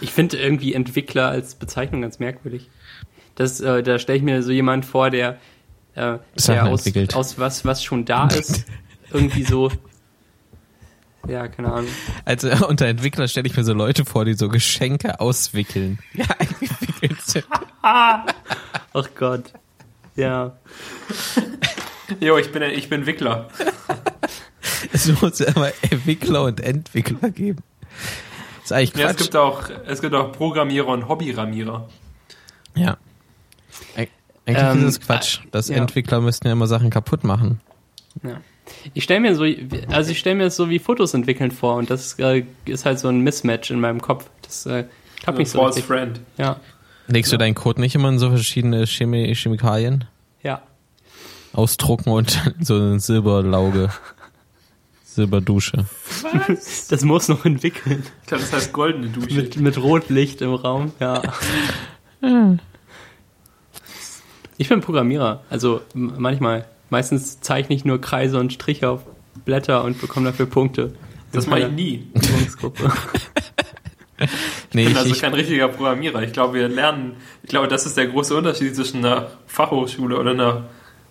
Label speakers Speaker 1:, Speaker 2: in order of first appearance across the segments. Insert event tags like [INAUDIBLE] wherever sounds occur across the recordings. Speaker 1: Ich finde irgendwie Entwickler als Bezeichnung ganz merkwürdig. Das, äh, da stelle ich mir so jemand vor, der, äh, der
Speaker 2: Sachen
Speaker 1: aus,
Speaker 2: entwickelt.
Speaker 1: aus was, was schon da
Speaker 2: [LAUGHS]
Speaker 1: ist, irgendwie so. Ja, keine Ahnung.
Speaker 2: Also [LAUGHS] äh, unter Entwickler stelle ich mir so Leute vor, die so Geschenke auswickeln. Ja, eingewickelt sind.
Speaker 1: Ach Gott. Ja.
Speaker 3: Jo, ich bin, ich bin Wickler.
Speaker 2: [LAUGHS] Es muss ja immer Entwickler und Entwickler geben. ist eigentlich
Speaker 3: Ja, es,
Speaker 2: Quatsch.
Speaker 3: gibt auch, es gibt auch Programmierer und Hobbyramierer.
Speaker 2: Ja. Eig- Eigentlich
Speaker 1: Ähm,
Speaker 2: ist es Quatsch. Dass
Speaker 1: ja.
Speaker 2: Entwickler müssten ja immer Sachen kaputt machen.
Speaker 1: ja. Ich stelle mir so, also ich stelle mir das so wie Fotos entwickeln vor und das äh, ist halt so ein Mismatch in meinem Kopf. Das äh, klappt nicht so
Speaker 3: False
Speaker 1: richtig.
Speaker 3: Friend.
Speaker 1: Ja,
Speaker 2: Legst du deinen Code nicht immer in so verschiedene Chemie Chemikalien?
Speaker 1: ja.
Speaker 2: Ausdrucken und [LAUGHS] dann in so eine Silberlauge. Silberdusche.
Speaker 1: Das muss noch [LAUGHS] entwickeln.
Speaker 3: Ich glaube, das heißt goldene Dusche.
Speaker 1: Mit, mit Rotlicht im Raum, ja. [LAUGHS] Ich bin Programmierer. Also m- manchmal. Meistens zeichne ich nur Kreise und Striche auf Blätter und bekomme dafür Punkte.
Speaker 3: Das
Speaker 1: In
Speaker 3: mache ich
Speaker 1: meiner
Speaker 3: nie.
Speaker 1: [LAUGHS] Übungsgruppe.
Speaker 2: Nee,
Speaker 3: Ich bin
Speaker 2: ich,
Speaker 3: also
Speaker 2: ich,
Speaker 3: kein richtiger Programmierer. Ich glaube, wir lernen, ich glaube, das ist der große Unterschied zwischen einer Fachhochschule oder einer,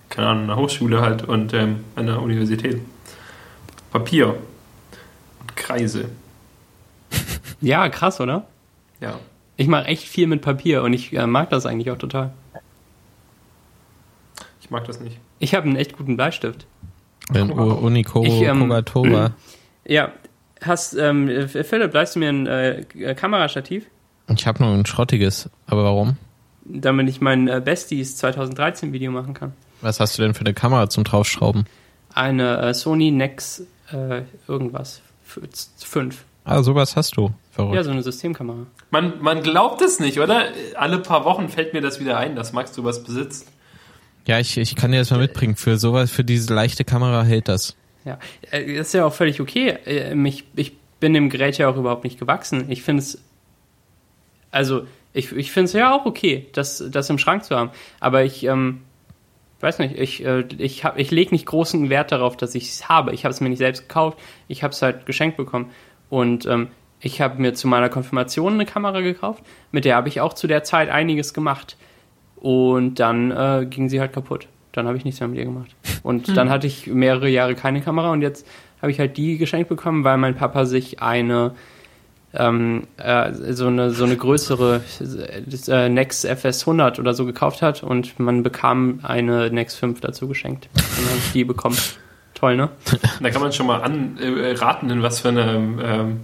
Speaker 3: keine Ahnung, einer Hochschule halt und ähm, einer Universität. Papier und Kreise.
Speaker 1: Ja, krass, oder?
Speaker 3: Ja.
Speaker 1: Ich mache echt viel mit Papier und ich äh, mag das eigentlich auch total.
Speaker 3: Ich mag das nicht.
Speaker 1: Ich habe einen echt guten Bleistift.
Speaker 2: bin
Speaker 3: Wow.
Speaker 2: Unikoro
Speaker 1: Ich, ähm,
Speaker 2: Kogatoba.
Speaker 1: Ja, hast, ähm, äh, Philipp, leihst du mir ein äh, K- Kamerastativ,
Speaker 2: Ich habe nur ein schrottiges. Aber warum?
Speaker 1: damit ich mein äh, Besties 2013 Video machen kann?
Speaker 2: Was hast du denn für eine Kamera zum draufschrauben?
Speaker 1: Eine äh, Sony Nex äh, irgendwas. 5.
Speaker 2: Ah, sowas hast du. Verrückt.
Speaker 1: Ja, so eine Systemkamera.
Speaker 3: Man, man glaubt es nicht, oder? Alle paar Wochen fällt mir das wieder ein, dass Max du was besitzt.
Speaker 2: Ja, ich, ich kann dir das mal mitbringen. Für sowas, für diese leichte Kamera hält das.
Speaker 1: Ja, äh, ist ja auch völlig okay. Äh, mich, ich bin dem Gerät ja auch überhaupt nicht gewachsen. Ich finde es, also ich, ich finde es ja auch okay, das, das im Schrank zu haben. Aber ich, ähm, weiß nicht, ich, äh, ich, hab- ich lege nicht großen Wert darauf, dass ich es habe. Ich habe es mir nicht selbst gekauft, ich habe es halt geschenkt bekommen. Und ähm, ich habe mir zu meiner Konfirmation eine Kamera gekauft, mit der habe ich auch zu der Zeit einiges gemacht. Und dann äh, ging sie halt kaputt. Dann habe ich nichts mehr mit ihr gemacht. Und dann hatte ich mehrere Jahre keine Kamera und jetzt habe ich halt die geschenkt bekommen, weil mein Papa sich eine ähm, äh, so eine so eine größere äh, Nex FS 100 oder so gekauft hat und man bekam eine Nex 5 dazu geschenkt. Und dann habe ich die bekommen. Toll, ne?
Speaker 3: Da kann man schon mal an, äh, raten, in was für einem ähm,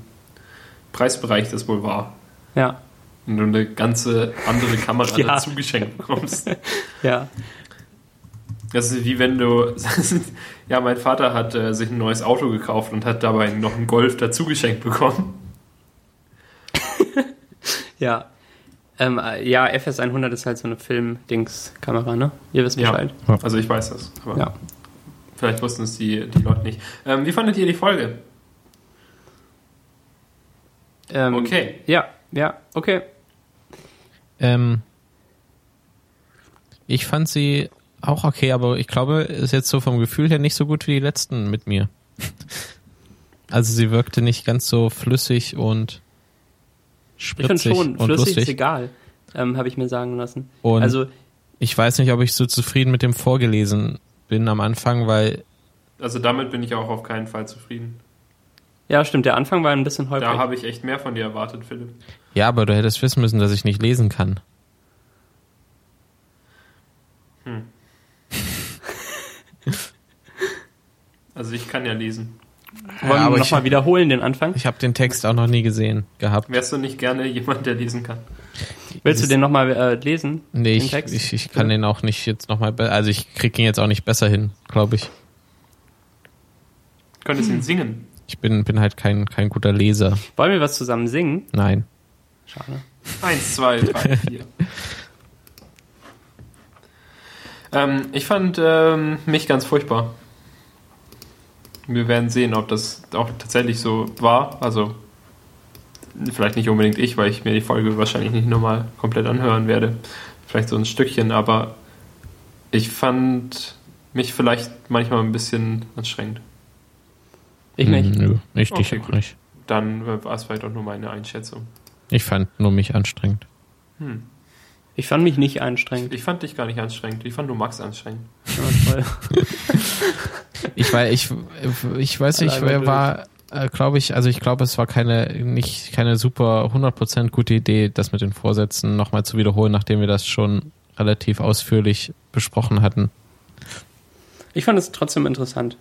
Speaker 3: Preisbereich das wohl war.
Speaker 1: Ja,
Speaker 3: Und du eine ganze andere
Speaker 1: [LAUGHS]
Speaker 3: Kamera
Speaker 1: Ja.
Speaker 3: dazu geschenkt bekommst.
Speaker 1: ja.
Speaker 3: Das ist wie wenn du. [LAUGHS] ja, mein Vater hat äh, sich ein neues Auto gekauft und hat dabei noch einen Golf dazu geschenkt bekommen.
Speaker 1: Ja. Ähm, äh, ja, FS 100 ist halt so eine Film-Dings-Kamera, ne? Ihr wisst
Speaker 3: Ja.
Speaker 1: Bescheid.
Speaker 3: Also ich weiß das. Aber
Speaker 1: Ja.
Speaker 3: vielleicht wussten es die, die Leute nicht. Ähm, wie fandet ihr die Folge?
Speaker 1: Ähm,
Speaker 3: Okay.
Speaker 1: Ja, ja, okay.
Speaker 2: Ähm, ich fand sie auch okay, aber ich glaube, ist jetzt so vom Gefühl her nicht so gut wie die letzten mit mir. [LAUGHS] Also sie wirkte nicht ganz so flüssig und
Speaker 1: Ich finde
Speaker 2: spritzig
Speaker 1: schon,
Speaker 2: und
Speaker 1: flüssig ist
Speaker 2: lustig.
Speaker 1: egal, ähm, habe ich mir sagen lassen.
Speaker 2: Und-
Speaker 1: also,
Speaker 2: Ich weiß nicht, ob ich so zufrieden mit dem Vorgelesen bin am Anfang, weil
Speaker 3: Also damit bin ich auch auf keinen Fall zufrieden.
Speaker 1: ja, stimmt, der Anfang war ein bisschen
Speaker 3: Da
Speaker 1: holprig.
Speaker 3: habe ich echt mehr von dir erwartet, Philipp.
Speaker 2: ja, aber du hättest wissen müssen, dass ich nicht lesen kann.
Speaker 3: Also ich kann ja lesen.
Speaker 1: Wollen
Speaker 2: Ja,
Speaker 1: wir
Speaker 2: aber ich-
Speaker 1: nochmal wiederholen den Anfang?
Speaker 2: Ich habe den Text auch noch nie gesehen gehabt.
Speaker 3: Wärst du nicht gerne jemand, der lesen kann?
Speaker 1: Willst du
Speaker 2: Dieses-
Speaker 1: den nochmal äh, lesen?
Speaker 2: Nee,
Speaker 1: den
Speaker 2: ich,
Speaker 1: Text?
Speaker 2: ich, ich kann den auch nicht jetzt nochmal, also ich krieg ihn jetzt auch nicht besser hin, glaube ich.
Speaker 3: Könntest
Speaker 1: Hm.
Speaker 3: ihn singen?
Speaker 2: Ich bin, bin halt kein, kein guter Leser.
Speaker 1: Wollen wir was zusammen singen?
Speaker 2: Nein.
Speaker 1: Schade.
Speaker 3: Eins, zwei, drei, vier. ähm, ich fand ähm, mich ganz furchtbar. Wir werden sehen, ob das auch tatsächlich so war. Also vielleicht nicht unbedingt ich, weil ich mir die Folge wahrscheinlich nicht nochmal komplett anhören werde. Vielleicht so ein Stückchen, aber ich fand mich vielleicht manchmal ein bisschen anstrengend.
Speaker 1: Ich nicht.
Speaker 2: Hm, Nö, ich dich
Speaker 3: Okay,
Speaker 2: auch
Speaker 3: gut.
Speaker 2: nicht.
Speaker 3: Dann war es vielleicht auch nur meine Einschätzung.
Speaker 2: Ich fand nur mich anstrengend.
Speaker 3: Hm.
Speaker 1: Ich fand mich nicht anstrengend.
Speaker 3: Ich fand dich gar nicht anstrengend. Ich fand nur Max anstrengend.
Speaker 1: Ja, toll.
Speaker 2: Ich weiß, ich, ich weiß nicht,
Speaker 1: Allein
Speaker 2: ich
Speaker 1: durch.
Speaker 2: war, glaube ich, also ich glaube, es war keine, nicht keine super 100% gute Idee, das mit den Vorsätzen nochmal zu wiederholen, nachdem wir das schon relativ ausführlich besprochen hatten.
Speaker 1: Ich fand es trotzdem interessant.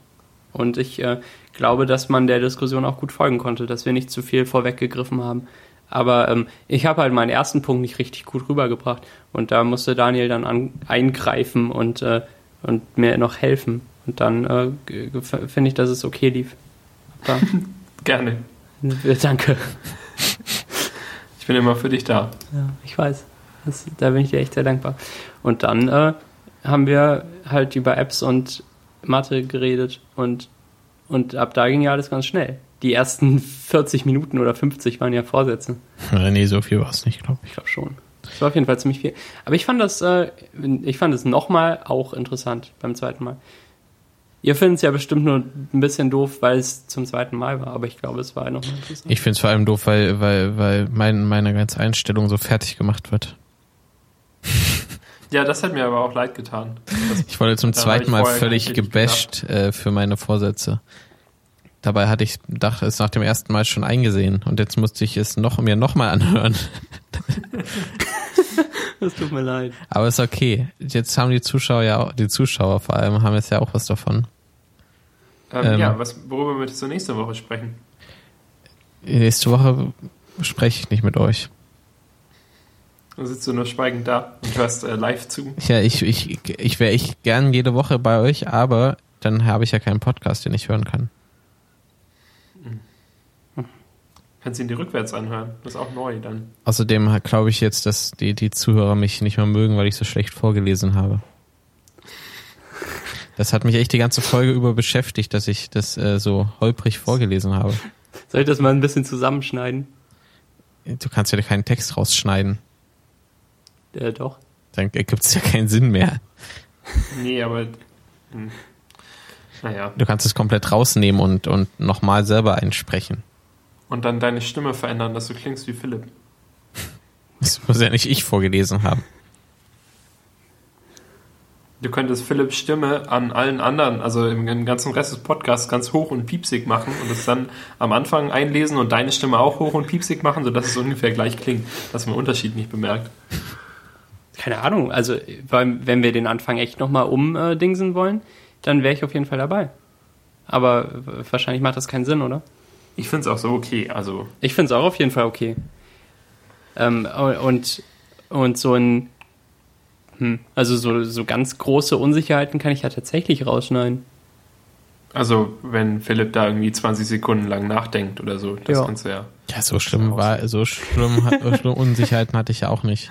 Speaker 1: Und ich äh, glaube, dass man der Diskussion auch gut folgen konnte, dass wir nicht zu viel vorweggegriffen haben. Aber ähm, ich habe halt meinen ersten Punkt nicht richtig gut rübergebracht. Und da musste Daniel dann an, eingreifen und, äh, und mir noch helfen. Und dann äh, g- g- f- finde ich, dass es okay lief. Da,
Speaker 3: Gerne.
Speaker 1: [LAUGHS] danke.
Speaker 3: Ich bin immer für dich da.
Speaker 1: Ja, ich weiß. Das, da bin ich dir echt sehr dankbar. Und dann äh, haben wir halt über Apps und Mathe geredet und, und ab da ging ja alles ganz schnell. Die ersten [LAUGHS] 40 Minuten oder 50 waren ja Vorsätze.
Speaker 2: Äh, Nee, so viel war es nicht, glaube
Speaker 1: Ich glaube schon. Es war auf jeden Fall ziemlich viel. Aber ich fand das, äh, ich fand es nochmal auch interessant beim zweiten Mal. Ihr findet es ja bestimmt nur ein bisschen doof, weil es zum zweiten Mal war, aber ich glaube, es war nochmal interessant.
Speaker 2: ich. Ich finde es vor allem doof, weil, weil, weil mein, meine ganze Einstellung so fertig gemacht wird.
Speaker 3: Ja, das hat mir aber auch leid getan.
Speaker 2: Ich wurde zum
Speaker 3: Da hab ich
Speaker 2: zweiten Mal
Speaker 3: vorher gar nicht
Speaker 2: völlig
Speaker 3: richtig
Speaker 2: gebasht äh, für meine Vorsätze. Dabei hatte ich, dachte es nach dem ersten Mal schon eingesehen und jetzt musste ich es noch, mir nochmal anhören.
Speaker 1: [LAUGHS]
Speaker 2: [LAUGHS]
Speaker 1: Es tut mir leid.
Speaker 2: Aber ist okay. Jetzt haben die Zuschauer ja auch, die Zuschauer vor allem haben jetzt ja auch was davon.
Speaker 3: Ähm,
Speaker 2: Ähm.
Speaker 3: Ja, was, worüber möchtest du nächste Woche sprechen?
Speaker 2: Nächste Woche spreche ich nicht mit euch.
Speaker 3: Dann sitzt du nur schweigend da und hörst äh, live zu.
Speaker 2: Ja, ich, ich, ich wäre ich gern jede Woche bei euch, aber dann habe ich ja keinen Podcast, den ich hören kann.
Speaker 3: Kannst ihn dir rückwärts anhören. Das ist auch neu dann.
Speaker 2: Außerdem glaube ich jetzt, dass die, die Zuhörer mich nicht mehr mögen, weil ich so schlecht vorgelesen habe. Das hat mich echt die ganze Folge über beschäftigt, dass ich das äh, so holprig vorgelesen habe.
Speaker 1: Soll ich das mal ein bisschen zusammenschneiden?
Speaker 2: Du kannst ja keinen Text rausschneiden.
Speaker 1: Äh, doch.
Speaker 2: Dann ergibt es ja keinen Sinn mehr.
Speaker 3: Nee, aber. Hm. Naja.
Speaker 2: Du kannst es komplett rausnehmen und, und nochmal selber einsprechen.
Speaker 3: Und dann deine Stimme verändern, dass du klingst wie Philipp.
Speaker 2: Das muss ja nicht ich vorgelesen haben.
Speaker 3: Du könntest Philipps Stimme an allen anderen, also im, im ganzen Rest des Podcasts, ganz hoch und piepsig machen und es dann am Anfang einlesen und deine Stimme auch hoch und piepsig machen, sodass es ungefähr gleich klingt, dass man den Unterschied nicht bemerkt.
Speaker 1: Keine Ahnung, also beim- wenn wir den Anfang echt nochmal umdingsen äh, wollen, dann wäre ich auf jeden Fall dabei. Aber äh, wahrscheinlich macht das keinen Sinn, oder?
Speaker 3: Ich finde es auch so okay. Also,
Speaker 1: Ich finde es auch auf jeden Fall okay. Ähm, und, und so ein, hm, also so, so ganz große Unsicherheiten kann ich ja tatsächlich rausschneiden.
Speaker 3: also wenn Philipp da irgendwie 20 Sekunden lang nachdenkt oder so, das
Speaker 1: Ja.
Speaker 3: kannst du ja.
Speaker 2: Ja, so schlimm war, so schlimm, so schlimm Unsicherheiten hatte ich ja auch nicht.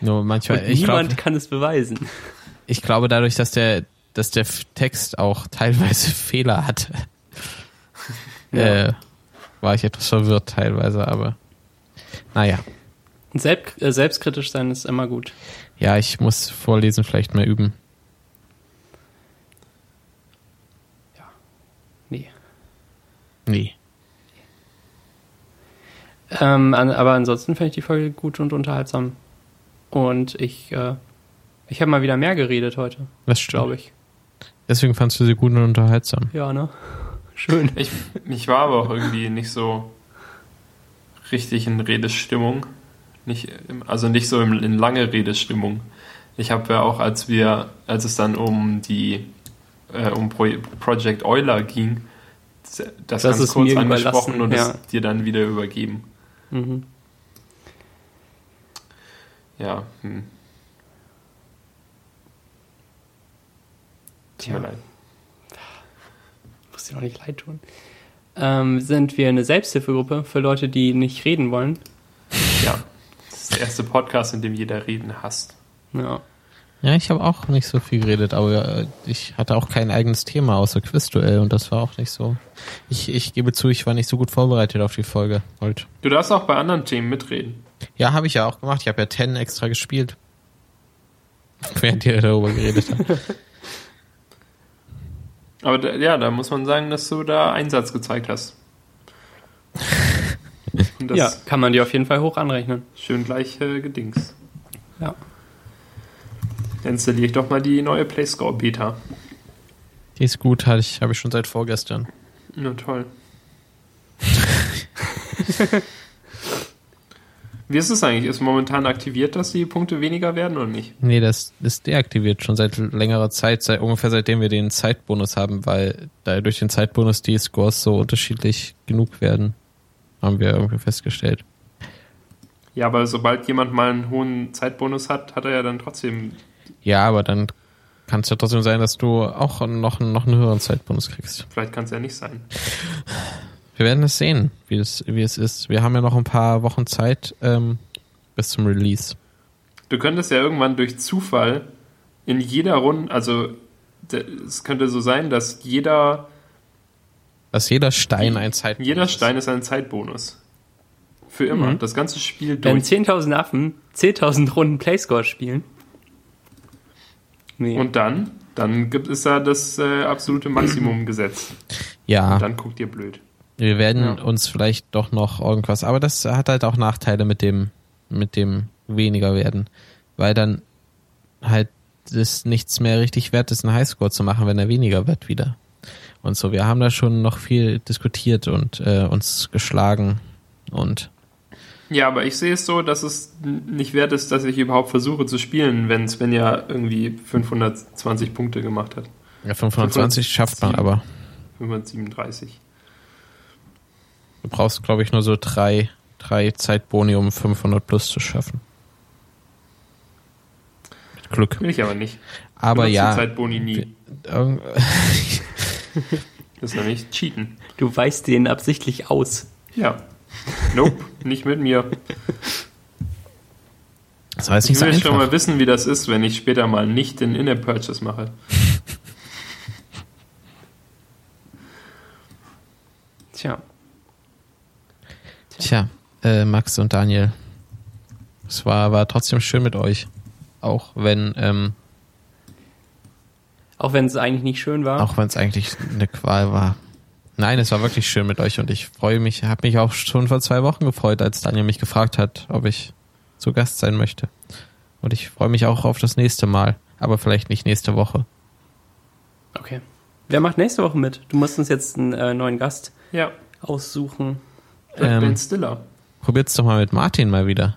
Speaker 2: Nur manchmal,
Speaker 1: Und
Speaker 2: ich
Speaker 1: niemand
Speaker 2: glaube,
Speaker 1: kann es beweisen.
Speaker 2: ich glaube dadurch, dass der, dass der F- Text auch [LAUGHS] teilweise Fehler hatte, äh, war ich etwas verwirrt teilweise, aber naja.
Speaker 1: Und selbst, äh, selbstkritisch sein ist immer gut.
Speaker 2: Ja, ich muss vorlesen vielleicht mehr üben.
Speaker 1: Nee.
Speaker 2: Nee.
Speaker 1: Ähm, an, aber ansonsten fand ich die Folge gut und unterhaltsam. Und ich, äh, ich habe mal wieder mehr geredet heute,
Speaker 2: Das stimmt.
Speaker 1: glaube ich.
Speaker 2: Deswegen fandst du sie gut und unterhaltsam.
Speaker 1: Ja, ne? Schön.
Speaker 3: Ich, ich war aber auch irgendwie nicht so richtig in Redestimmung. Nicht, im- also nicht so im- in lange Redestimmung. Ich habe ja auch, als wir, als es dann um die äh, um Pro Project Euler ging, das das ganz
Speaker 1: ist
Speaker 3: kurz
Speaker 1: mir
Speaker 3: angesprochen
Speaker 1: überlassen,
Speaker 3: und
Speaker 1: ja.
Speaker 3: es dir dann wieder übergeben.
Speaker 1: Mhm.
Speaker 3: Ja. Hm. Tut
Speaker 1: Tja.
Speaker 3: mir leid.
Speaker 1: muss dir doch nicht leid tun. Ähm, sind wir eine Selbsthilfegruppe für Leute, die nicht reden wollen?
Speaker 3: Ja. Das ist der erste Podcast, in dem jeder Reden hasst.
Speaker 1: Ja.
Speaker 2: Ja, ich habe auch nicht so viel geredet, aber äh, ich hatte auch kein eigenes Thema außer Quizduell und das war auch nicht so. Ich, ich gebe zu, ich war nicht so gut vorbereitet auf die Folge heute.
Speaker 3: Du darfst auch bei anderen Themen mitreden.
Speaker 2: Ja, habe ich ja auch gemacht. Ich habe ja 10 extra gespielt. [LAUGHS] Während ihr darüber geredet habt.
Speaker 3: Aber da, ja, da muss man sagen, dass du da Einsatz gezeigt hast. Das
Speaker 1: ja, kann man die auf jeden Fall hoch anrechnen.
Speaker 3: schön gleich äh, gedings.
Speaker 1: Ja.
Speaker 3: Dann installiere ich doch mal die neue PlayScore Beta.
Speaker 2: Die ist gut, hatte ich, habe ich schon seit vorgestern.
Speaker 1: [LAUGHS]
Speaker 3: Na toll. Wie ist es eigentlich? Ist momentan aktiviert, dass die Punkte weniger werden oder nicht?
Speaker 2: Nee, das ist deaktiviert schon seit längerer Zeit, seit ungefähr seitdem wir den Zeitbonus haben, weil da durch den Zeitbonus die Scores so unterschiedlich genug werden, haben wir irgendwie festgestellt.
Speaker 3: Ja, aber sobald jemand mal einen hohen Zeitbonus hat, hat er ja dann trotzdem.
Speaker 2: Ja, aber dann kann es ja trotzdem sein, dass du auch noch, noch einen höheren Zeitbonus kriegst.
Speaker 3: Vielleicht kann es ja nicht sein.
Speaker 2: Wir werden es sehen, wie es, wie es ist. Wir haben ja noch ein paar Wochen Zeit ähm, bis zum Release.
Speaker 3: Du könntest ja irgendwann durch Zufall in jeder Runde, also d- es könnte so sein, dass jeder,
Speaker 2: Dass jeder Stein ein Zeitbonus
Speaker 3: jeder
Speaker 2: ist.
Speaker 3: Stein ist ein Zeitbonus. Für immer.
Speaker 1: Mhm.
Speaker 3: Das ganze Spiel
Speaker 1: Wenn
Speaker 3: durch.
Speaker 1: 10.000 Affen 10.000 Runden Playscore spielen. Nee.
Speaker 3: Und dann, dann gibt es da das äh, absolute Maximum gesetzt.
Speaker 2: Ja.
Speaker 3: Und dann guckt ihr blöd.
Speaker 2: Wir werden
Speaker 1: Ja.
Speaker 2: uns vielleicht doch noch irgendwas, aber das hat halt auch Nachteile mit dem, mit dem weniger werden, weil dann halt es nichts mehr richtig wert ist, einen Highscore zu machen, wenn er weniger wird wieder. Und so, wir haben da schon noch viel diskutiert und äh, uns geschlagen und
Speaker 3: Ja, aber ich sehe es so, dass es n- nicht wert ist, dass ich überhaupt versuche zu spielen, wenn Svenja irgendwie 520 Punkte gemacht hat.
Speaker 2: ja, 520 schafft man, aber
Speaker 3: 537.
Speaker 2: du brauchst, glaube ich, nur so drei, drei Zeitboni, um 500 plus zu schaffen. Mit Glück.
Speaker 3: Will ich aber nicht.
Speaker 2: Aber
Speaker 3: Benutze
Speaker 2: ja,
Speaker 3: Zeitboni nie.
Speaker 2: irgend-
Speaker 3: Das ist nämlich Cheaten.
Speaker 1: Du weißt den absichtlich aus.
Speaker 3: Ja. Nope, nicht mit mir.
Speaker 2: das war jetzt nicht
Speaker 3: Ich
Speaker 2: so
Speaker 3: will
Speaker 2: einfach.
Speaker 3: schon mal wissen, wie das ist, wenn ich später mal nicht den In-App-Purchase mache.
Speaker 1: Tja.
Speaker 2: Tja, äh, Max und Daniel, es war, war trotzdem schön mit euch. Auch wenn ähm,
Speaker 1: Auch wenn es eigentlich nicht schön war.
Speaker 2: auch wenn es eigentlich eine Qual war. Nein, es war wirklich schön mit euch und ich freue mich, habe mich auch schon vor zwei Wochen gefreut, als Daniel mich gefragt hat, ob ich zu Gast sein möchte. Und ich freue mich auch auf das nächste Mal, aber vielleicht nicht nächste Woche.
Speaker 1: Okay. Wer macht nächste Woche mit? Du musst uns jetzt einen äh, neuen Gast
Speaker 3: Ja,
Speaker 1: aussuchen.
Speaker 2: Ähm.
Speaker 3: Ben Stiller.
Speaker 2: Probiert's doch mal mit Martin mal wieder.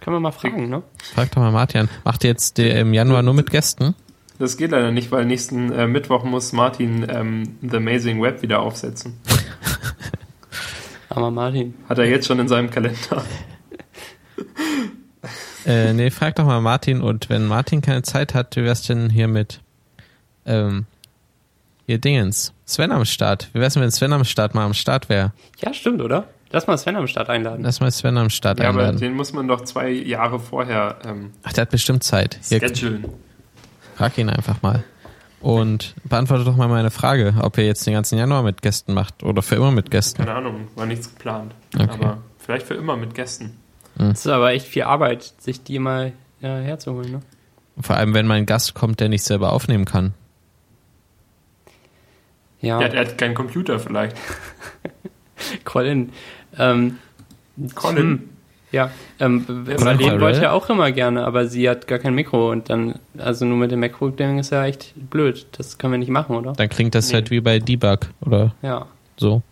Speaker 1: Können wir mal fragen, ne?
Speaker 2: Frag doch mal Martin. Macht ihr jetzt der- im Januar nur mit Gästen?
Speaker 3: Das geht leider nicht, weil nächsten äh, Mittwoch muss Martin ähm, The Amazing Web wieder aufsetzen.
Speaker 1: Aber Martin.
Speaker 3: Hat er jetzt schon in seinem Kalender.
Speaker 2: Äh, nee, frag doch mal Martin und wenn Martin keine Zeit hat, wie wär's denn hier mit ähm, hier Dingens? Sven am Start. Wie wär's denn, wenn Sven am Start mal am Start wäre?
Speaker 1: Ja, stimmt, oder? Lass mal Sven am Start einladen.
Speaker 2: Lass mal Sven am Start
Speaker 3: Ja, aber
Speaker 2: einladen.
Speaker 3: den muss man doch zwei Jahre vorher ähm,
Speaker 2: Ach, der hat bestimmt Zeit. Hier,
Speaker 3: schedulen.
Speaker 2: frag ihn einfach mal. Und beantworte doch mal meine Frage, ob ihr jetzt den ganzen Januar mit Gästen macht oder für immer mit Gästen.
Speaker 3: Keine Ahnung, war nichts geplant.
Speaker 2: Okay.
Speaker 3: Aber vielleicht für immer mit Gästen.
Speaker 1: Es ist aber echt viel Arbeit, sich die mal ja, herzuholen, ne?
Speaker 2: Vor allem, wenn mein Gast kommt, der nicht selber aufnehmen kann.
Speaker 1: Ja, [LAUGHS]
Speaker 3: Er, hat- er hat keinen Computer vielleicht.
Speaker 1: Colin. Ähm,
Speaker 3: Colin.
Speaker 1: hm, ja, ähm,
Speaker 3: Wer ist
Speaker 1: Marlene
Speaker 2: Colin?
Speaker 1: wollte ja auch immer gerne, aber sie hat gar kein Mikro und dann, also nur mit dem MacBook-Ding ist ja echt blöd. Das können wir nicht machen, oder?
Speaker 2: Dann klingt das
Speaker 3: Nee.
Speaker 2: halt wie bei Debug oder [LAUGHS]
Speaker 1: Ja.
Speaker 2: so.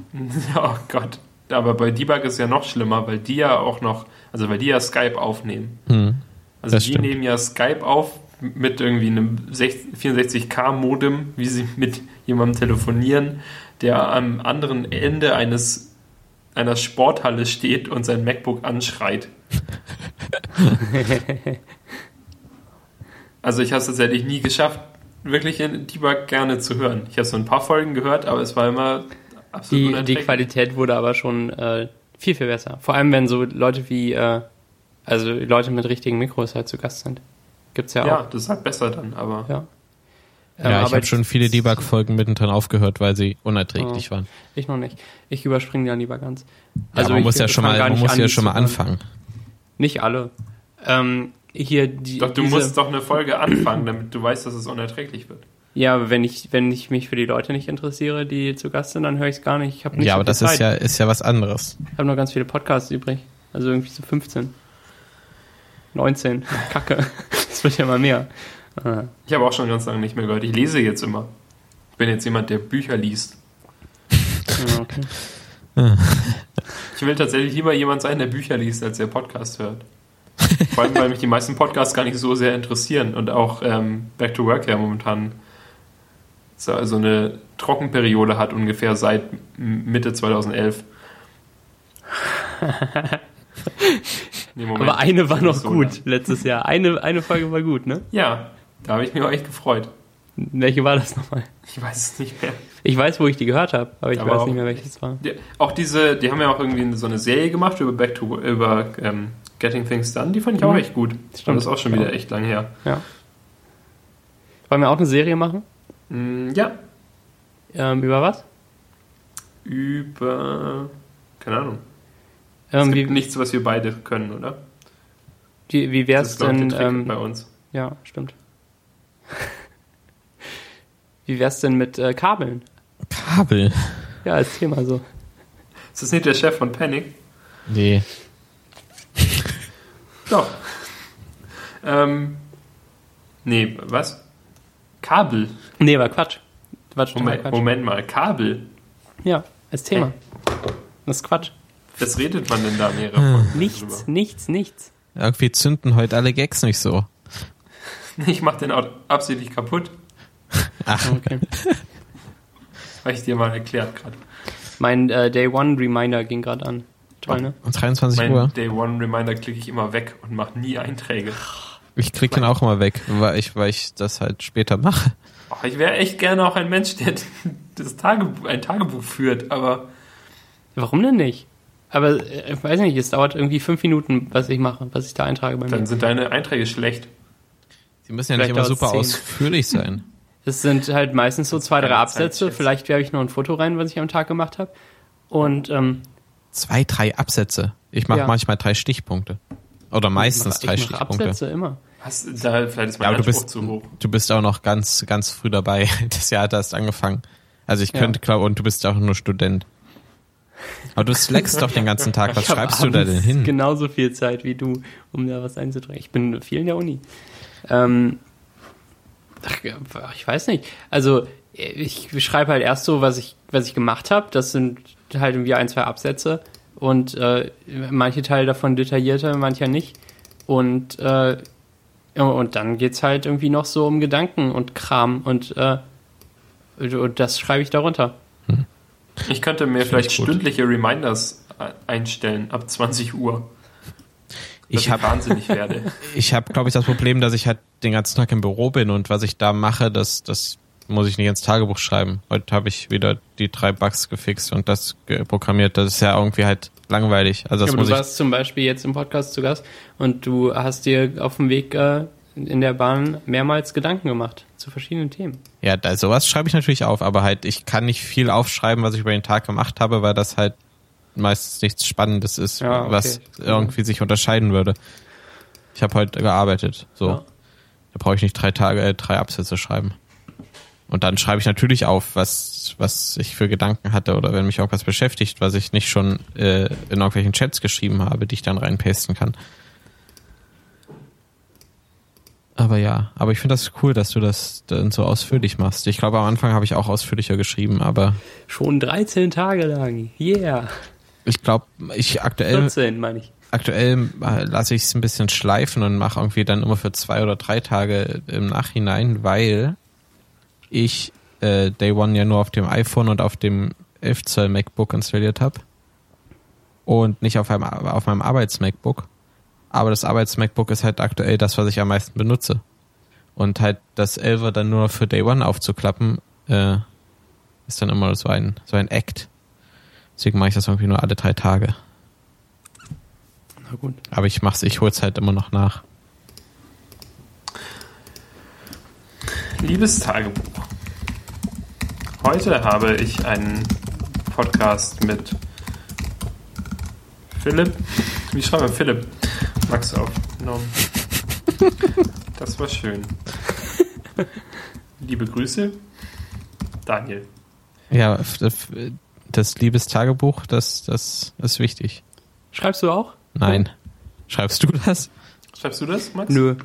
Speaker 3: [LAUGHS] oh Gott. Aber bei Debug ist ja noch schlimmer, weil die ja auch noch, also weil die ja Skype aufnehmen.
Speaker 2: Hm.
Speaker 3: Also
Speaker 2: Das
Speaker 3: die
Speaker 2: stimmt.
Speaker 3: nehmen ja Skype auf mit irgendwie einem 64K-Modem, wie sie mit jemandem telefonieren, der am anderen Ende eines einer Sporthalle steht und sein MacBook anschreit. also ich habe es tatsächlich nie geschafft, wirklich in Debug gerne zu hören. Ich habe so ein paar Folgen gehört, aber es war immer absolut
Speaker 1: Die, die
Speaker 3: unerträglich.
Speaker 1: Qualität wurde aber schon äh, viel, viel besser. Vor allem, wenn so Leute wie, äh, also Leute mit richtigen Mikros halt zu Gast sind. Gibt's ja,
Speaker 3: Ja,
Speaker 1: auch.
Speaker 3: das ist halt besser dann, aber
Speaker 1: Ja. Ähm,
Speaker 2: Ja, ich
Speaker 1: aber
Speaker 2: habe schon viele Debug-Folgen mittendrin aufgehört, weil sie unerträglich
Speaker 1: Oh.
Speaker 2: waren.
Speaker 1: Ich noch nicht. Ich überspringe dann lieber ganz.
Speaker 2: Also man
Speaker 1: ich
Speaker 2: muss ja schon
Speaker 1: fang
Speaker 2: mal,
Speaker 1: gar
Speaker 2: man
Speaker 1: nicht
Speaker 2: muss
Speaker 1: an,
Speaker 2: ja
Speaker 1: die
Speaker 2: schon mal
Speaker 1: zu hören.
Speaker 2: anfangen.
Speaker 1: Nicht alle. Ähm, hier die.
Speaker 3: doch, du
Speaker 1: diese-
Speaker 3: musst doch eine Folge anfangen, damit du weißt, dass es unerträglich wird.
Speaker 1: Ja, aber wenn ich, wenn ich mich für die Leute nicht interessiere, die zu Gast sind, dann höre ich es gar nicht. Ich habe nicht
Speaker 2: ja,
Speaker 1: so
Speaker 2: aber
Speaker 1: viel
Speaker 2: das
Speaker 1: Zeit.
Speaker 2: ist ja, ist ja was anderes.
Speaker 1: Ich habe noch ganz viele Podcasts übrig. Also irgendwie so 15. 19. Kacke. [LAUGHS] Das wird ja mal mehr. Äh,
Speaker 3: Ich habe auch schon ganz lange nicht mehr gehört. Ich lese jetzt immer. Ich bin jetzt jemand, der Bücher liest.
Speaker 1: ja, okay.
Speaker 3: Ich will tatsächlich lieber jemand sein, der Bücher liest, als der Podcast hört. Vor allem, weil mich die meisten Podcasts gar nicht so sehr interessieren und auch ähm, Back to Work ja momentan so also eine Trockenperiode hat, ungefähr seit M-
Speaker 1: [LAUGHS]
Speaker 3: Mitte 2011. Nee, Moment.
Speaker 1: Aber eine war noch
Speaker 3: So
Speaker 1: gut
Speaker 3: lang.
Speaker 1: letztes Jahr. Eine, eine Folge war gut, ne?
Speaker 3: Ja, da habe ich mich auch echt gefreut.
Speaker 1: Welche war das nochmal?
Speaker 3: Ich weiß es nicht mehr.
Speaker 1: Ich weiß, wo ich die gehört habe, aber ich
Speaker 3: Aber
Speaker 1: weiß
Speaker 3: auch-
Speaker 1: nicht mehr, welches war.
Speaker 3: Die, auch diese, die haben ja auch irgendwie so eine Serie gemacht über Back to über ähm, Getting Things Done, die fand ich auch
Speaker 1: Mhm.
Speaker 3: echt gut.
Speaker 1: Stimmt.
Speaker 3: Stimmt. Das ist auch schon wieder echt lang her.
Speaker 1: Ja. Wollen wir auch eine Serie machen?
Speaker 3: Mm, ja,
Speaker 1: Ähm, über was?
Speaker 3: über. Keine Ahnung. es
Speaker 1: Ähm,
Speaker 3: gibt
Speaker 1: wie
Speaker 3: nichts, was wir beide können, oder?
Speaker 1: wie, wie wär's
Speaker 3: glaub ich,
Speaker 1: denn?
Speaker 3: der Trick
Speaker 1: Ähm,
Speaker 3: bei uns.
Speaker 1: ja, stimmt. wie wär's denn mit äh, Kabeln?
Speaker 2: Kabel.
Speaker 1: Ja, als Thema so.
Speaker 3: Ist das nicht der Chef von Panic?
Speaker 2: Nee.
Speaker 3: Doch.
Speaker 1: [LAUGHS]
Speaker 3: ähm, nee, was? Kabel.
Speaker 1: Nee, war Quatsch. Quatsch,
Speaker 3: Moment,
Speaker 1: Quatsch.
Speaker 3: Moment mal, Kabel.
Speaker 1: Ja, als Thema. Das ist Quatsch.
Speaker 3: Was redet man denn da mehrere Folgen
Speaker 1: Hm. Nichts, nichts, nichts.
Speaker 2: Irgendwie zünden heute alle Gags nicht so.
Speaker 3: drüber? [LAUGHS] Ich mach den auch absichtlich kaputt,
Speaker 2: Ach,
Speaker 1: Okay.
Speaker 3: habe ich dir mal erklärt gerade.
Speaker 1: mein äh, Day One Reminder ging gerade an. Toll, ne?
Speaker 2: um 23
Speaker 3: Mein
Speaker 2: Uhr.
Speaker 3: Day One Reminder klicke ich immer weg und mache nie Einträge.
Speaker 2: Ich klicke den auch immer weg, weil ich, weil ich das halt später mache.
Speaker 3: Ach, ich wäre echt gerne auch ein Mensch, der [LAUGHS] das Tagebuch, ein Tagebuch führt, aber
Speaker 1: Warum denn nicht? Aber äh, ich weiß nicht, es dauert irgendwie fünf Minuten, was ich mache, was ich da eintrage bei
Speaker 3: dann
Speaker 1: mir.
Speaker 3: sind deine Einträge schlecht.
Speaker 2: Die müssen ja
Speaker 1: Vielleicht
Speaker 2: nicht immer
Speaker 1: dauert's
Speaker 2: super
Speaker 1: zehn.
Speaker 2: ausführlich
Speaker 1: [LAUGHS]
Speaker 2: sein.
Speaker 1: Es sind halt meistens so zwei, drei
Speaker 3: keine
Speaker 1: Absätze.
Speaker 3: Zeit, Chef.
Speaker 1: Vielleicht werfe ich noch ein Foto rein, was ich am Tag gemacht habe. Und ähm,
Speaker 2: Zwei, drei Absätze. Ich mache
Speaker 1: Ja.
Speaker 2: manchmal drei Stichpunkte. Oder meistens
Speaker 1: ich
Speaker 2: drei
Speaker 1: mache
Speaker 2: Stichpunkte.
Speaker 1: Absätze immer.
Speaker 3: Hast, da, vielleicht ist
Speaker 2: Ja,
Speaker 3: mein
Speaker 2: aber du
Speaker 3: Anspruch
Speaker 2: bist,
Speaker 3: zu hoch.
Speaker 2: du bist auch noch ganz, ganz früh dabei. [LAUGHS] Das Jahr hat erst angefangen. Also ich
Speaker 1: Ja.
Speaker 2: könnte, glaube und du bist auch nur Student. Aber du slackst doch den ganzen Tag. Was
Speaker 1: Ich hab
Speaker 2: schreibst du da
Speaker 1: abends
Speaker 2: denn hin?
Speaker 1: Genauso viel Zeit wie du, um da was einzutragen. Ich bin viel in der Uni. Ähm, ach, ja, ich weiß nicht. Also ich schreibe halt erst so, was ich, was ich gemacht habe. Das sind halt irgendwie ein, zwei Absätze und äh, manche Teile davon detaillierter, mancher nicht. Und, äh, und dann geht es halt irgendwie noch so um Gedanken und Kram und, äh, und das schreibe ich darunter.
Speaker 3: Ich könnte mir vielleicht
Speaker 2: gut.
Speaker 3: stündliche Reminders äh, einstellen ab 20 Uhr, dass
Speaker 2: Ich
Speaker 3: ich,
Speaker 2: habe [LAUGHS]
Speaker 3: wahnsinnig werde.
Speaker 2: ich hab, glaube ich, das Problem, dass ich halt den ganzen Tag im Büro bin und was ich da mache, das, das muss ich nicht ins Tagebuch schreiben. Heute habe ich wieder die drei Bugs gefixt und das ge- programmiert. Das ist ja irgendwie halt langweilig. Also das
Speaker 1: aber
Speaker 2: muss
Speaker 1: du
Speaker 2: ich.
Speaker 1: warst zum Beispiel jetzt im Podcast zu Gast und du hast dir auf dem Weg äh, in der Bahn mehrmals Gedanken gemacht zu verschiedenen Themen.
Speaker 2: Ja, da, sowas schreibe ich natürlich auf, aber halt, ich kann nicht viel aufschreiben, was ich über den Tag gemacht habe, weil das halt meistens nichts Spannendes ist,
Speaker 1: Ja, okay.
Speaker 2: was irgendwie sich unterscheiden würde. Ich habe heute gearbeitet, so.
Speaker 1: Ja.
Speaker 2: Da brauche ich nicht drei Tage, äh, drei Absätze schreiben. Und dann schreibe ich natürlich auf, was, was ich für Gedanken hatte oder wenn mich irgendwas beschäftigt, was ich nicht schon äh, in irgendwelchen Chats geschrieben habe, die ich dann reinpasten kann. Aber ja, aber ich finde das cool, dass du das dann so ausführlich machst. Ich glaube, am Anfang habe ich auch ausführlicher geschrieben, aber
Speaker 1: Schon 13 Tage lang. Yeah.
Speaker 2: ich glaube, ich aktuell
Speaker 1: 14, meine ich.
Speaker 2: aktuell äh, lasse ich es ein bisschen schleifen und mache irgendwie dann immer für zwei oder drei Tage im Nachhinein, weil ich äh, Day One ja nur auf dem iPhone und auf dem 11 Zoll MacBook installiert habe und nicht auf, einem, Ar- auf meinem Arbeits-MacBook. Aber das Arbeits-MacBook ist halt aktuell das, was ich am meisten benutze. Und halt das 11er dann nur für Day One aufzuklappen, äh, ist dann immer so ein, so ein Act. Deswegen mache ich das irgendwie nur alle drei Tage.
Speaker 1: Na gut.
Speaker 2: Aber ich mach's, ich hol's halt immer noch nach.
Speaker 3: Liebes Tagebuch, heute habe ich einen Podcast mit Philipp. Wie schreiben wir Philipp? Max aufgenommen. Das war schön. Liebe Grüße, Daniel.
Speaker 2: Ja, f- f- das Liebestagebuch, das, das ist wichtig.
Speaker 1: Schreibst du auch?
Speaker 2: Nein. Schreibst du das?
Speaker 3: Schreibst du das, Max?
Speaker 1: Nö.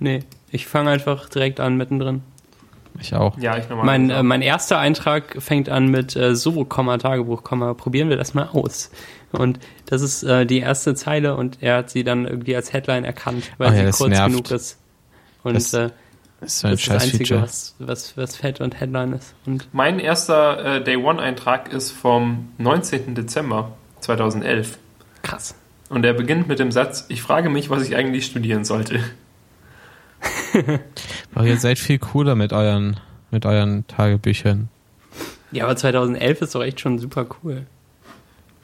Speaker 1: Nee, ich fange einfach direkt an mittendrin.
Speaker 2: Ich auch.
Speaker 3: Ja, ich nochmal.
Speaker 1: Mein, äh, mein erster Eintrag fängt an mit äh, so, Komma, Tagebuch, Komma, probieren wir das mal aus. Und das ist äh, die erste Zeile und er hat sie dann irgendwie als Headline erkannt, weil
Speaker 2: Oh ja,
Speaker 1: sie
Speaker 2: das
Speaker 1: kurz
Speaker 2: nervt.
Speaker 1: genug ist. Und
Speaker 2: Das-
Speaker 1: äh,
Speaker 2: Das ist so ein
Speaker 1: das ist das
Speaker 2: scheiß
Speaker 1: Einzige,
Speaker 2: Feature.
Speaker 1: was, was, was Fett und Headline ist. Und
Speaker 3: Mein erster äh, Day One-Eintrag ist vom 19. Dezember 2011.
Speaker 1: krass.
Speaker 3: Und er beginnt mit dem Satz: Ich frage mich, was ich eigentlich studieren sollte.
Speaker 2: Aber ihr seid viel cooler mit euren, mit euren Tagebüchern.
Speaker 1: Ja, aber 2011 ist doch echt schon super cool.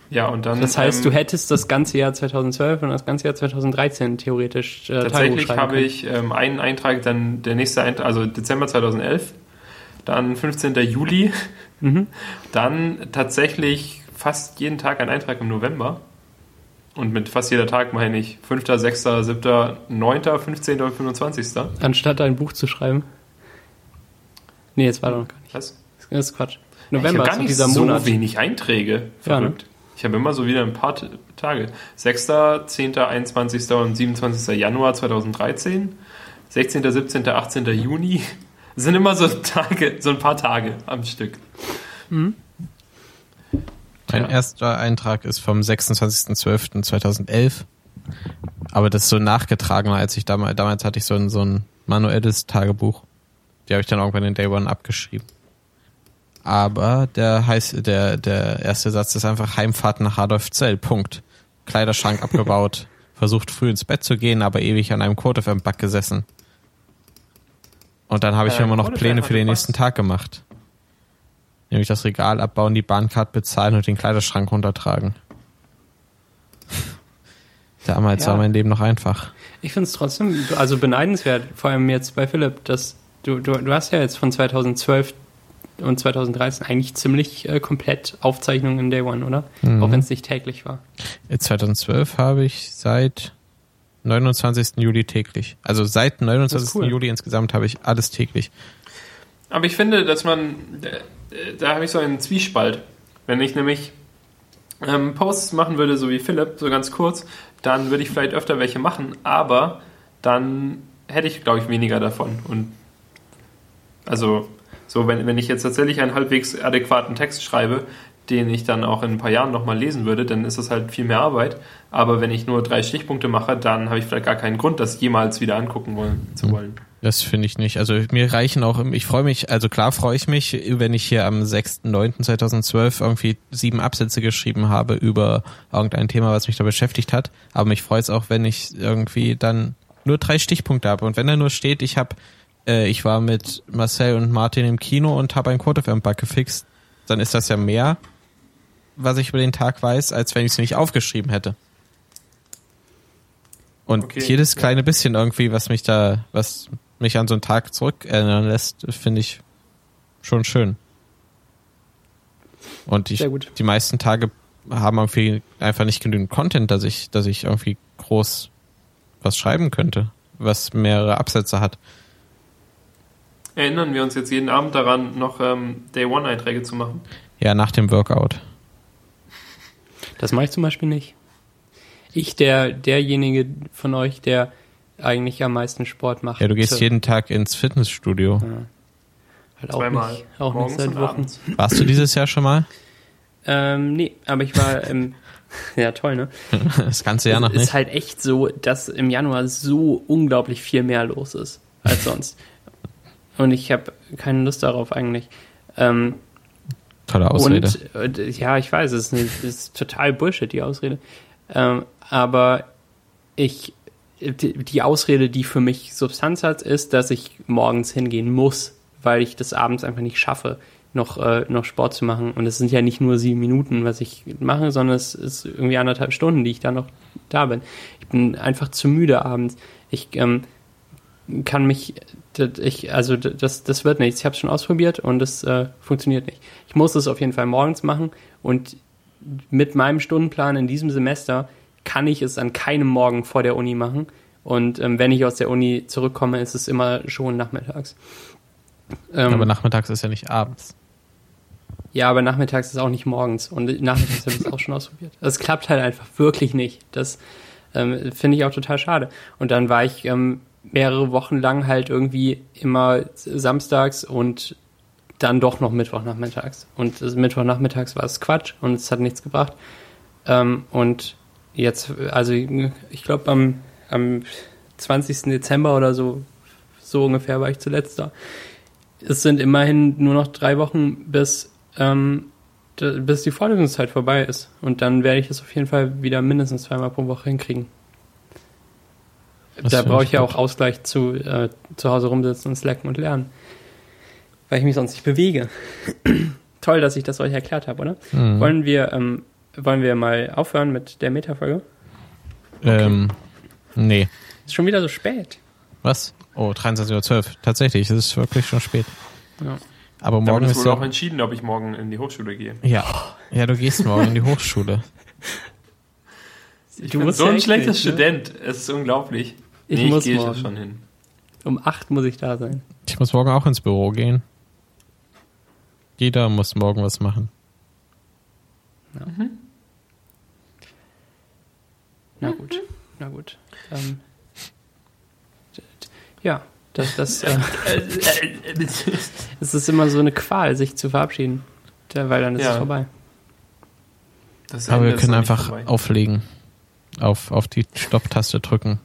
Speaker 3: Ja, und dann.
Speaker 1: Das heißt, du
Speaker 3: ähm,
Speaker 1: hättest das ganze Jahr 2012 und das ganze Jahr 2013 theoretisch äh, Tagebuch
Speaker 3: Tatsächlich
Speaker 1: schreiben
Speaker 3: habe
Speaker 1: können.
Speaker 3: ich ähm, einen Eintrag, dann der nächste Eintrag, also Dezember 2011, dann 15. Juli,
Speaker 1: Mhm.
Speaker 3: dann tatsächlich fast jeden Tag ein Eintrag im November. Und mit fast jeder Tag meine ich 5., 6., 7., 9., 15. und 25.
Speaker 1: Anstatt ein Buch zu schreiben. Nee, jetzt war doch noch gar nicht.
Speaker 3: Was?
Speaker 1: Das ist Quatsch.
Speaker 3: ich
Speaker 1: November
Speaker 3: habe
Speaker 1: ist
Speaker 3: gar
Speaker 1: doch
Speaker 3: nicht
Speaker 1: dieser
Speaker 3: so
Speaker 1: Monat.
Speaker 3: wenig Einträge.
Speaker 1: Ja, ne?
Speaker 3: Verrückt. Ich habe immer so wieder ein paar T- Tage. 6., 10., 21. und 27. Januar 2013. 16., 17., 18. Juni. [LAUGHS] Das sind immer so Tage, so ein paar Tage am Stück.
Speaker 2: Mein
Speaker 3: Ja.
Speaker 2: erster Eintrag ist vom 26.12.2011. Aber das ist so nachgetragener, als ich damals, damals hatte ich so ein, so ein manuelles Tagebuch. Die habe ich dann irgendwann in Day One abgeschrieben. Aber der heißt, der, der erste Satz ist einfach Heimfahrt nach Hardolfzell. Punkt. Kleiderschrank [LAUGHS] abgebaut. Versucht früh ins Bett zu gehen, aber ewig an einem Code FM Bug gesessen. Und dann habe ich
Speaker 3: Äh,
Speaker 2: immer noch
Speaker 3: Code
Speaker 2: Pläne
Speaker 3: FM
Speaker 2: für den
Speaker 3: hat
Speaker 2: nächsten Tag gemacht. Nämlich das Regal abbauen, die Bahncard bezahlen und den Kleiderschrank runtertragen. [LAUGHS] Damals
Speaker 1: Ja.
Speaker 2: war mein Leben noch einfach.
Speaker 1: Ich finde es trotzdem also beneidenswert, vor allem jetzt bei Philipp, dass du, du, du hast ja jetzt von 2012 und 2013 eigentlich ziemlich äh, komplett Aufzeichnungen in Day One, oder?
Speaker 2: Mhm.
Speaker 1: Auch wenn es nicht täglich war.
Speaker 2: 2012 Äh, habe ich seit 29. Juli täglich. Also seit 29.
Speaker 1: Das ist cool.
Speaker 2: Juli insgesamt habe ich alles täglich.
Speaker 3: Aber ich finde, dass man, äh, da habe ich so einen Zwiespalt. Wenn ich nämlich ähm, Posts machen würde, so wie Philipp, so ganz kurz, dann würde ich vielleicht öfter welche machen, aber dann hätte ich, glaube ich, weniger davon. Und also, so wenn, wenn ich jetzt tatsächlich einen halbwegs adäquaten Text schreibe, den ich dann auch in ein paar Jahren nochmal lesen würde, dann ist das halt viel mehr Arbeit. Aber wenn ich nur drei Stichpunkte mache, dann habe ich vielleicht gar keinen Grund, das jemals wieder angucken wollen, zu wollen.
Speaker 2: Das finde ich nicht. Also mir reichen auch, ich freue mich, also klar freue ich mich, wenn ich hier am 6.9.2012 irgendwie sieben Absätze geschrieben habe über irgendein Thema, was mich da beschäftigt hat. Aber mich freut es auch, wenn ich irgendwie dann nur drei Stichpunkte habe. Und wenn da nur steht, ich habe, äh, ich war mit Marcel und Martin im Kino und habe einen Code FM Bug gefixt, dann ist das ja mehr, was ich über den Tag weiß, als wenn ich es nicht aufgeschrieben hätte. Und
Speaker 3: Okay,
Speaker 2: jedes
Speaker 3: ja.
Speaker 2: kleine bisschen irgendwie, was mich da, was mich an so einen Tag zurückerinnern lässt, finde ich schon schön. Und ich,
Speaker 1: Sehr gut.
Speaker 2: die meisten Tage haben irgendwie einfach nicht genügend Content, dass ich, dass ich irgendwie groß was schreiben könnte, was mehrere Absätze hat.
Speaker 3: Erinnern wir uns jetzt jeden Abend daran, noch ähm, Day-One-Einträge zu machen?
Speaker 2: Ja, nach dem Workout.
Speaker 1: Das mache ich zum Beispiel nicht. Ich, der, derjenige von euch, der eigentlich am meisten Sport macht.
Speaker 2: Ja, du gehst
Speaker 1: äh,
Speaker 2: jeden Tag ins Fitnessstudio.
Speaker 1: halt auch
Speaker 3: Zweimal.
Speaker 1: Nicht, auch
Speaker 3: Morgens
Speaker 1: nicht seit
Speaker 3: und
Speaker 1: Wochen.
Speaker 3: abends.
Speaker 2: Warst du dieses Jahr schon mal? [LAUGHS]
Speaker 1: Ähm, nee, aber ich war im. [LAUGHS] ja, toll, ne?
Speaker 2: Das ganze Jahr noch
Speaker 1: es ist
Speaker 2: nicht.
Speaker 1: halt echt so, dass im Januar so unglaublich viel mehr los ist als
Speaker 2: [LAUGHS]
Speaker 1: sonst. Und ich habe keine Lust darauf eigentlich. Ähm,
Speaker 2: Tolle Ausrede.
Speaker 1: und äh, ja, ich weiß, es ist, eine, es ist total Bullshit, die Ausrede. Ähm, aber ich, die, die Ausrede, die für mich Substanz hat, ist, dass ich morgens hingehen muss, weil ich das abends einfach nicht schaffe, noch, äh, noch Sport zu machen. Und es sind ja nicht nur sieben Minuten, was ich mache, sondern es ist irgendwie anderthalb Stunden, die ich da noch da bin. Ich bin einfach zu müde abends. Ich ähm, kann mich, das- ich, also d- das, das wird nichts. Ich habe es schon ausprobiert und es äh, funktioniert nicht. Ich muss es auf jeden Fall morgens machen und mit meinem Stundenplan in diesem Semester kann ich es an keinem Morgen vor der Uni machen. Und ähm, wenn ich aus der Uni zurückkomme, ist es immer schon nachmittags. Ähm,
Speaker 2: Aber nachmittags ist ja nicht abends.
Speaker 1: ja, aber nachmittags ist auch nicht morgens. Und nachmittags habe ich es auch schon ausprobiert. Das klappt halt einfach wirklich nicht. Das ähm, finde ich auch total schade. Und dann war ich ähm, mehrere Wochen lang halt irgendwie immer samstags und dann doch noch Mittwochnachmittags. Und das Mittwochnachmittags war es Quatsch und es hat nichts gebracht. Ähm, und jetzt, also ich glaube am, am 20. Dezember oder so, so ungefähr war ich zuletzt da. Es sind immerhin nur noch drei Wochen, bis, ähm, d- bis die Vorlesungszeit vorbei ist. Und dann werde ich es auf jeden Fall wieder mindestens zweimal pro Woche hinkriegen.
Speaker 2: Das
Speaker 1: da
Speaker 2: finde
Speaker 1: brauche
Speaker 2: ich
Speaker 1: ich ja
Speaker 2: gut.
Speaker 1: auch Ausgleich zu äh, zu Hause rumsitzen und slacken und lernen. Weil ich mich sonst nicht bewege. [CLEARS THROAT] Toll, dass ich das euch erklärt habe, oder?
Speaker 2: Mhm.
Speaker 1: Wollen, wir, ähm, wollen wir mal aufhören mit der Metafolge?
Speaker 2: Ähm, nee.
Speaker 1: Ist schon wieder so spät.
Speaker 2: Was? Oh, 23.12 Uhr. Tatsächlich, es ist wirklich schon spät.
Speaker 1: Ja.
Speaker 2: Aber morgen
Speaker 3: Damit ist
Speaker 2: ist
Speaker 3: wohl auch
Speaker 2: doch...
Speaker 3: entschieden, ob ich morgen in die Hochschule gehe.
Speaker 2: Ja. ja, du gehst morgen in die Hochschule.
Speaker 3: Ich
Speaker 1: Du
Speaker 3: bin
Speaker 1: musst
Speaker 3: so
Speaker 1: ja
Speaker 3: ein
Speaker 1: echt
Speaker 3: schlechtes
Speaker 1: nicht, ne?
Speaker 3: Student. Es ist unglaublich.
Speaker 1: Ich
Speaker 3: nee,
Speaker 1: muss
Speaker 3: ich gehe
Speaker 1: morgen. [LAUGHS]
Speaker 3: schon hin.
Speaker 1: Um 8 muss ich da sein.
Speaker 2: Ich muss morgen auch ins Büro gehen. Jeder muss morgen was machen.
Speaker 1: Na gut, na gut. Ähm, d- d- ja, das, das, äh, [LAUGHS]
Speaker 3: äh,
Speaker 1: es ist immer so eine Qual, sich zu verabschieden. Da, weil dann ist
Speaker 3: Ja.
Speaker 1: es vorbei.
Speaker 3: [LAUGHS] Das
Speaker 2: Aber
Speaker 3: Ende
Speaker 2: wir
Speaker 3: ist
Speaker 2: können
Speaker 3: noch nicht
Speaker 2: einfach
Speaker 3: vorbei.
Speaker 2: auflegen. Auf, auf die Stopptaste drücken.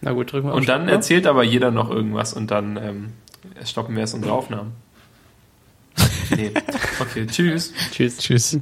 Speaker 1: Na gut, drücken wir auf
Speaker 3: Und dann
Speaker 1: Stopp. ne?
Speaker 3: erzählt aber jeder noch irgendwas und dann ähm,
Speaker 1: [LAUGHS]
Speaker 3: stoppen wir erst unsere Aufnahmen. Nee. Okay, tschüss.
Speaker 1: Tschüss.
Speaker 2: Tschüss.